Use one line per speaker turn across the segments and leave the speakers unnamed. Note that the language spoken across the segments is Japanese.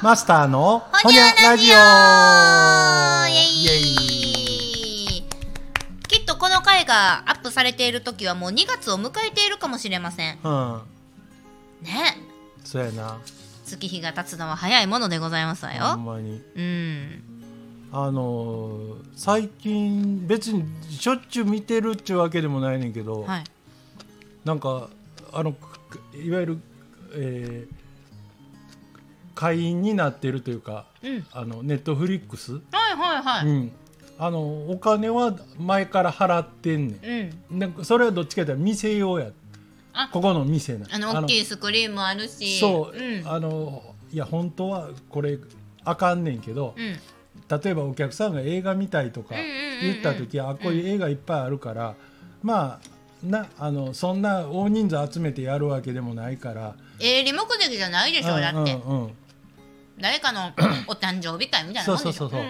と
マスターの
ほにゃラジオイ
イエ
エイきっとこの回がアップされている時はもう2月を迎えているかもしれません
うん
ね
そうやな
月日が経つのは早いものでございますわ
ほん
よ
まに
うん
あのー最近別にしょっちゅう見てるっちゅうわけでもないねんけど、
はい
なんかあのくいわゆる、えー会員になってるというか
うん
あのネットフリックス、
はいはいは
う
い
ん、あのお金は前から払ってんねん
うん
なんかそれはどっちかというと店用や
あ
ここの店な
あの大きいスクリーンもあるし
そう、
うん
あのいや本当はこれあかんねんけど、
うん
例えばお客さんが映画見たいとか
うんうんうんうん
言った時、あこういう映画いっぱいあるから、まあなあのそんな大人数集めてやるわけでもないから
営利目的じゃないでしょだって
うんうんうん
誰か のお誕生日会みたいなもんでしょ
そうそうそうそうん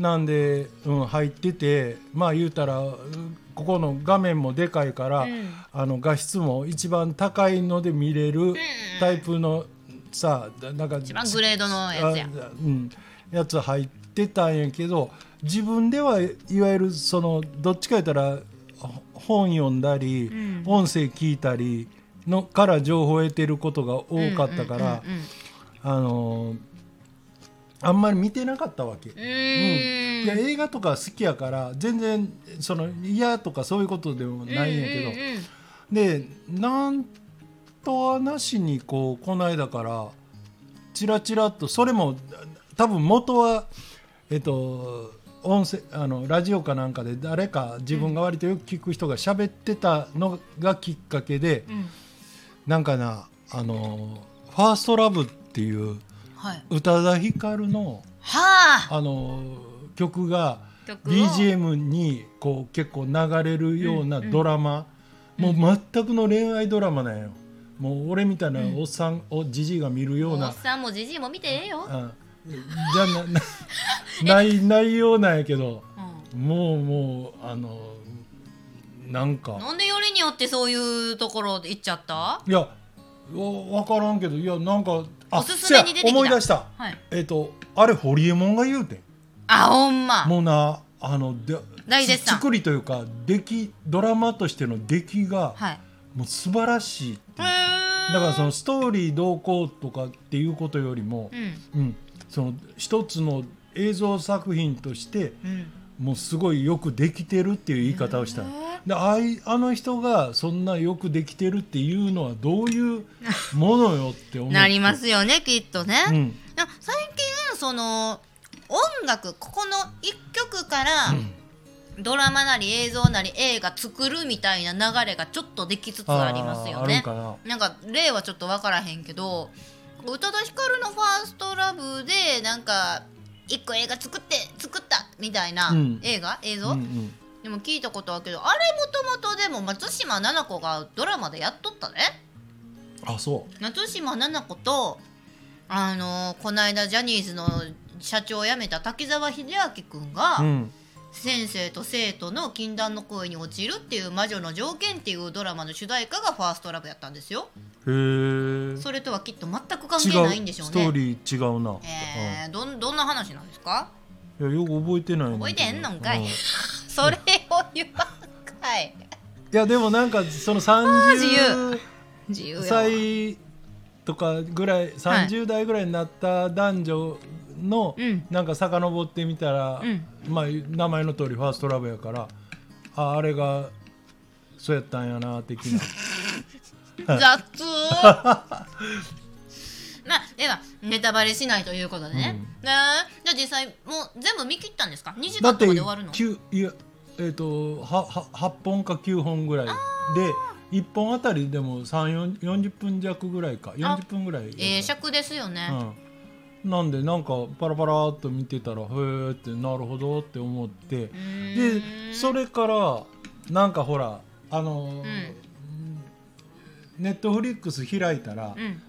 ん
なんで、うん、入っててまあ言うたらうんここの画面もでかいから、
うん
あの画質も一番高いので見れるタイプのさだなんか
一番グレードのやつや
あうん、やつ入ってたんやけど自分ではいわゆるそのどっちか言ったらほ本読んだり、
ん
音声聞いたりのから情報を得てることが多かったか
うんうん
ら、
うんうん
あのーあんまり見てなかったわけ。
う
いや
ーん。
映画とか好きやから全然その嫌とかそういうことでもないんやけど、
うんうんうん
でなんとはなしにこうこの間からチラチラっとそれも多分元はえっと音声あのラジオかなんかで誰か自分が割とよく聞く人が喋ってたのがきっかけで、
ん
なんかなあの「ファーストラブっていう
はい。
宇多田ヒカルの「
はあ。
あの曲が
曲を
BGM にこう結構流れるようなドラマ、もう全くの恋愛ドラマなんよもう俺みたいなおっさん、おじじいが見るよ
お
うな、
っさんもじじいも見てええよ。
うんじ ゃななない内容なんやけど
う
もうもうあのなん
ん。
か
なんでよりによってそういうところ行っちゃった？
いやわ分からんけどいやなんか
おすすめに出てきた
せや思い出した
はい。
えっ、とあれホリエモンが言うてん
あ、ほんま。
もうなあので
大絶賛
作りというか出来ドラマとしての出来が
はい。
もう素晴らしい
へー
だからそのストーリーどうこうとかっていうことよりも
う、ん
うん、その一つの映像作品として
うん。
もうすごいよくできてるっていう言い方をしたのであいあの人がそんなよくできてるっていうのはど ういうものよって思って
なりますよね、きっとね。
うん
いや最近その音楽ここの一曲から。ドラマなり映像なり映画作るみたいな流れがちょっとできつつありますよね
あーあるん。か
な
な
んか例はちょっと分からへんけど宇多田ヒカルの「ファーストラブでなんか一個映画作って作ったみたいな
うん
映画、映像、
うんうん
でも聞いたことあるけどあれもともとでも松島菜々子がドラマでやっとったね
あそう
松島菜々子とあのーこの間ジャニーズの社長を辞めた滝沢秀明君が、
うん
先生と生徒の禁断の恋に落ちるっていう魔女の条件っていうドラマの主題歌が「ファーストラブやったんですよ
へー
それとはきっと全く関
違
係ないんでしょう
スト
ね
ーリー違うな、
えー、どんどんな話なんですか
うんいやよく覚えてないね
覚えてへんのんかい
うんい
それを言わんかい
やでもなんかその
自
30
由自由やわ
歳とかぐらい30代ぐらいになった男女の、
うん
なんか遡ってみたら、
うん
まあ名前の通りファーストラブやからああれがそうやったんやな的な
雑まあではネタバレしないということでね、ねえじゃあ実際もう全部見切ったんですか2時
だ
間とか
って
で終わるの
九いやえっ、とはは8本か9本ぐらいで1本あたりでも3 4 40分弱ぐらいか40分ぐらいやから
ええ尺ですよね、
うん、なんでなんかパラパラっと見てたらへえってなるほどって思って
うー
で
ん
それからなんかほらあのネットフリックス開いたら、
うん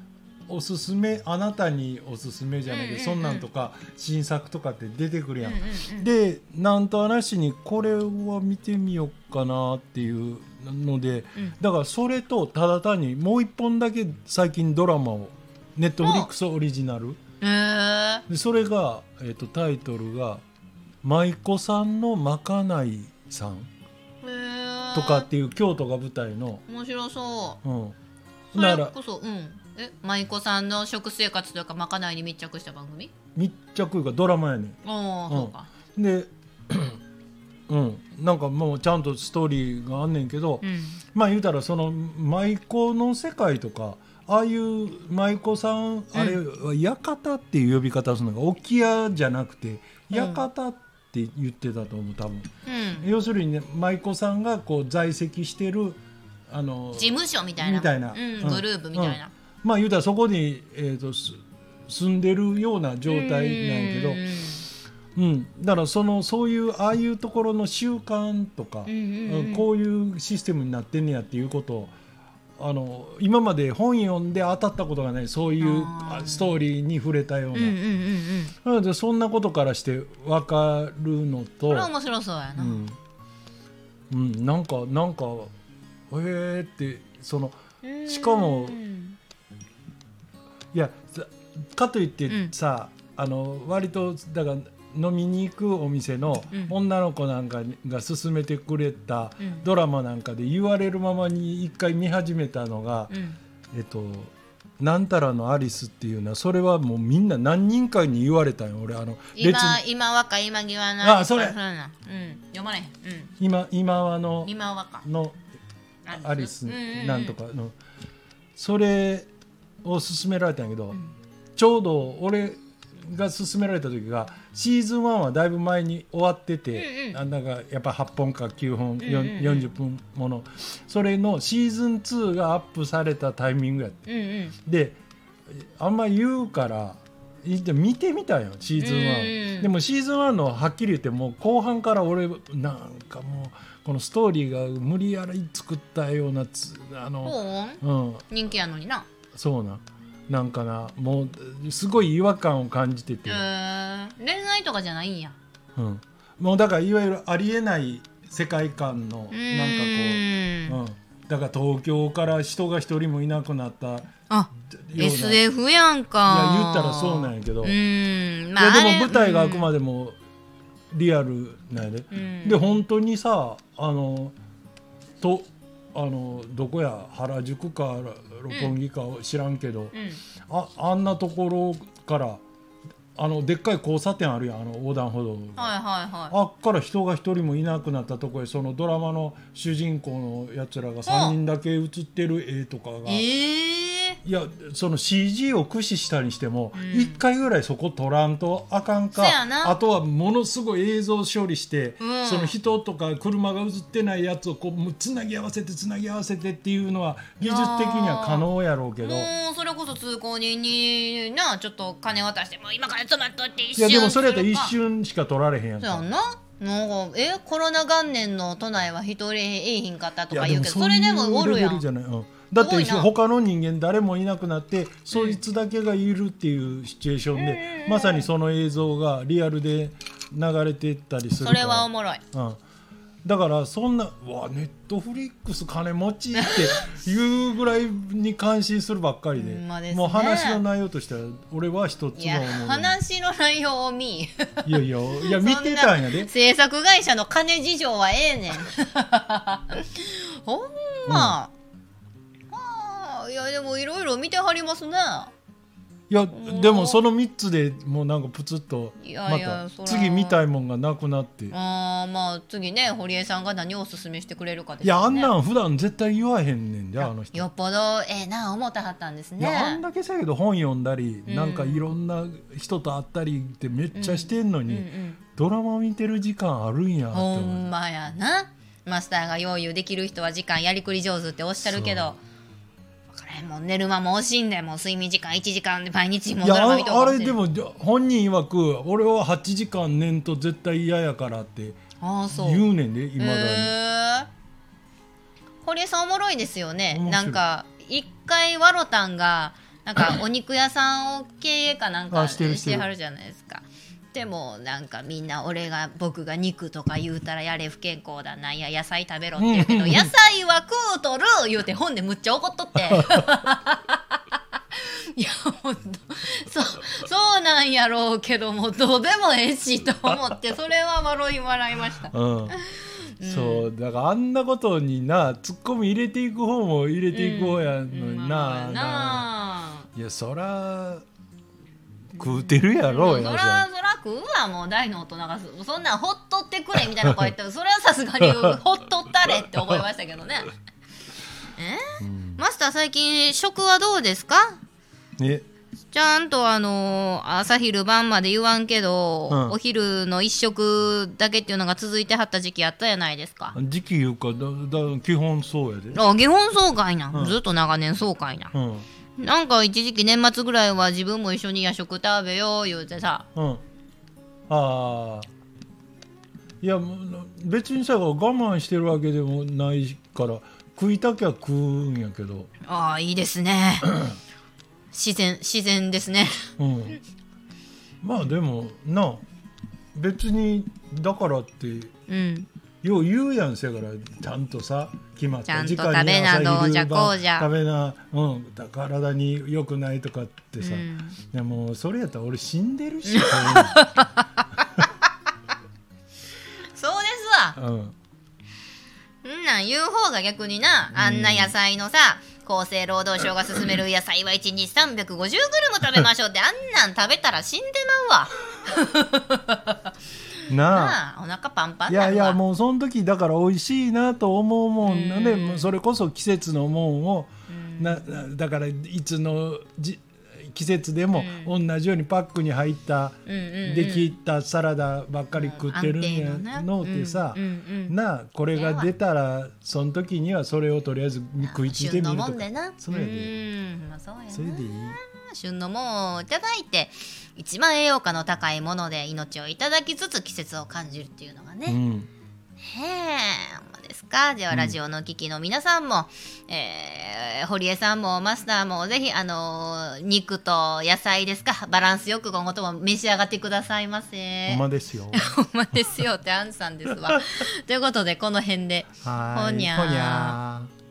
おすすめあなたにおすすめじゃない
うんう
けど、
んうん
そんなんとか新作とかって出てくるやん、
うんうんうん
でなんと話にこれは見てみようかなっていうので、
うん
だからそれとただ単にもう一本だけ最近ドラマをネットフリックスオリジナル
うへえ
でそれが、えっとタイトルが「舞妓さんのまかないさん」とかっていう京都が舞台の、
面白そ
うん、
うそ
な
れ
ら
こそうんえ舞妓さんの食生活というかまかないに密着した番組
密着がドラマやね
ああ、そうか
んでうんなんかもうちゃんとストーリーがあんねんけど、
うん
まあ言うたらその舞妓の世界とかああいう舞妓さんあれは館っていう呼び方するのが沖屋じゃなくて
うん
館って言ってたと思う多分、
うん
要するにね舞妓さんがこう在籍してるあの
事務所みたいな
みたいな
うん
うん
グループみたいな、
まあ言うたらそこに、えー、とす住んでるような状態なんやけど、
うん
うん、だからそのそういうああいうところの習慣とか、
うんうんうん
こういうシステムになってんねやっていうことをあの今まで本読んで当たったことがないそういう
あー
ストーリーに触れたよう
うんうんうん
な、
うん
なのでそんなことからして分かるのと
これ面白そうやな、
うんうん、なんかなんかえーってその
うん
しかも
うん
いやさかといって
うん
さ、あの割とだから飲みに行くお店の
うん
女の子なんかにが勧めてくれた
うん
ドラマなんかで言われるままに一回見始めたのが
う、ん
えっと「なんたらのアリス」っていうのはそれはもうみんな何人かに言われたんよ俺あの
今
に
今若今際な
あそれ
うなうん読まれへん、うん、
今今はの
今若
のアリスなんと、かのそれを勧められたんやけど、
うん
ちょうど俺が勧められた時がシーズン1はだいぶ前に終わって
うんう
て、
ん
なんだかやっぱ8本か9
う
本、
んうん
よん40分ものそれのシーズン2がアップされたタイミングやって
うんうんうん
であんま言うからいで見てみたよシーズン
う
1
ん
でもシーズン1のはっきり言ってもう後半から俺なんかもうこのストーリーが無理やり作ったようなつあの、
ほう
うん、
人気やのにな
そうななんかなもうすごい違和感を感じてて、
へえ恋愛とかじゃないんや
うん、もうだからいわゆるありえない世界観のなんかこ
う
う、
ーん
うん、だから東京から人が一人もいなくなったよ
あ
うな
SF やん
い
か
や言ったらそうなんやけど、
う
い
ーんま
や
あ
でも舞台があく
で
までもリアルなんやで、
うん
で本当にさあのとあのどこや原宿か六本木か知らんけど、
うん
ああんなところからあのでっかい交差点あるやんあの横断歩道が、
はいはいは
あっから人が一人もいなくなったとこへそのドラマの主人公のやつらが3人だけ映ってる絵とかが、い
いええ
やその CG を駆使したにしても、
うん
一1回ぐらいそこ撮らんとあかん
そ
か
やな
あとはものすごい映像処理して、
うん
その人とか車が映ってないやつをこうもうつなぎ合わせてつなぎ合わせてっていうのは技術的には可能やろうけど。
もうそれこそ通行人になちょっと金渡してもう今から止まっとって一
い
瞬
やでもそれやったら一
するか
瞬しか取られへんやん
そうや
か
んななんかえコロナ元年の都内は一人えいひんかったとか言うけどそ
い
れで
やも
もお
そういう
るや
レベル
ん
じゃない、うんだっ
すご
て
いな
他の人間誰もいなくなってそいつだけがいるっていうシチュエーションで、まさにその映像がリアルで流れてったりする
そ
から
れはおもろい
うん、だからそんなうわネットフリックス金持ちっていうぐらいに感心するばっかりで,、
ほんまですね
もう話の内容としては俺は一つ
いや
も思う
話の内容を見
いや いやいや見てたんやで
制作会社の金事情はええねん ほんま、はあいやでもいろいろ見てはりますね
いやでもその3つでもうなんかプツッと
いや
ま
いや
た
そら
次見たいもんがなくなってい
あーまあ次ね堀江さんが何をおすすめしてくれるかです
やあ
よ
ん
ね
なん普段絶対言わへんねんであの人。
よっぽどええな思ったはったんです
いやあ
ね
んだけさけど本読んだり、
うん
なんかいろんな人と会ったりってめっちゃしてんの
うんう
に、
ん
ドラマ見てる時間あるんやって
ほ
思
んまやなマスターが用意できる人は時間やりくり上手っておっしゃるけど分からへんもん寝る間も惜しいんだよもう睡眠時間1時間で毎日も
いう
ドラ
や
マ見と
あ
か
あれでも本人曰く俺は8時間寝んと絶対嫌やからって
ああそう
言うねんでいまだに、
へえ堀江さんおもろいですよね
面白い
なんか一回ワロタンがなん かお肉屋さんを経営かなんか
あしてる
し
してる
てはるじゃないですかでもなんかみんな俺が僕が肉とか言うたらやれ不健康だなんや野菜食べろって言うけど
う
野
ん
菜は食うとる言うて 本でむっ ちゃ怒っとっていやほんとそうそうなんやろうけどもどうでもええしと思ってそれは笑い笑いました
うんそうだからあんなことになツッコミ入れていく方も入れていこうやのにな,、
うん
な
ない
やそら食うてるや
あ
ろう
そ
や、
らそら食うわもう大の大人がそそんなんほっとってくれみたいな声言ったらそれはさすがにほっとったれって思いましたけどねえーマスター最近食はどうですか
ね
ちゃんとあのー朝昼晩まで言わんけど、
うん
お昼の一食だけっていうのが続いてはった時期やったじゃないですか、
時期いうかだだ基本そうやで、
あ基本そうかいな、
うん
ずっと長年そうかいな、
うん
なんか一時期年末ぐらいは自分も一緒に夜食食べよう言うてさ
うん、ああいやもう別にさ我慢してるわけでもないから食いたきゃ食うんやけど、
ああいいですね自然自然ですね
うん、まあでもな別にだからって
うん
よう言うやんせやからちゃんとさ決まっ
ちゃ
た
んと
時間に
食べなどう
朝昼
じゃ
晩
こうじゃ
食べな、うん、だ体に良くないとかってさ、
うん
いやもうそれやったら俺死んで るし、
そうですわ
うん、
んなん言う方が逆になあんな野菜のさ厚生労働省が勧める野菜は1日350グラム食べましょうってあんなん食べたら死んでまうわ
なあ
なあお腹パンパン
い
なるわ
やいやもうその時だから美味しいなと思うもんなね
うん
もうそれこそ季節のもんを
うん
ななだからいつのじ季節でも
う
同じようにパックに入った
うんうんうん
できたサラダばっかり食ってるんや
安定ね
のってさ
うんうんうん
なあこれが出たらその時にはそれをとりあえず食いついて
旬
みる
の
と
も
か
んでな
それやで
うんまあそうやな
それでいい
旬のもんをいただいて一番栄養価の高いもので命をいただきつつ季節を感じるっていうのがね、
うん
へえほんまですかではラジオのお聞きの皆さんも、えー堀江さんもマスターもぜひあのー肉と野菜ですかバランスよく今後とも召し上がってくださいませ
ほんまですよ
ほんまですよってアンさんですわということでこの辺で
はー
ほ
い
にゃー
ほにゃー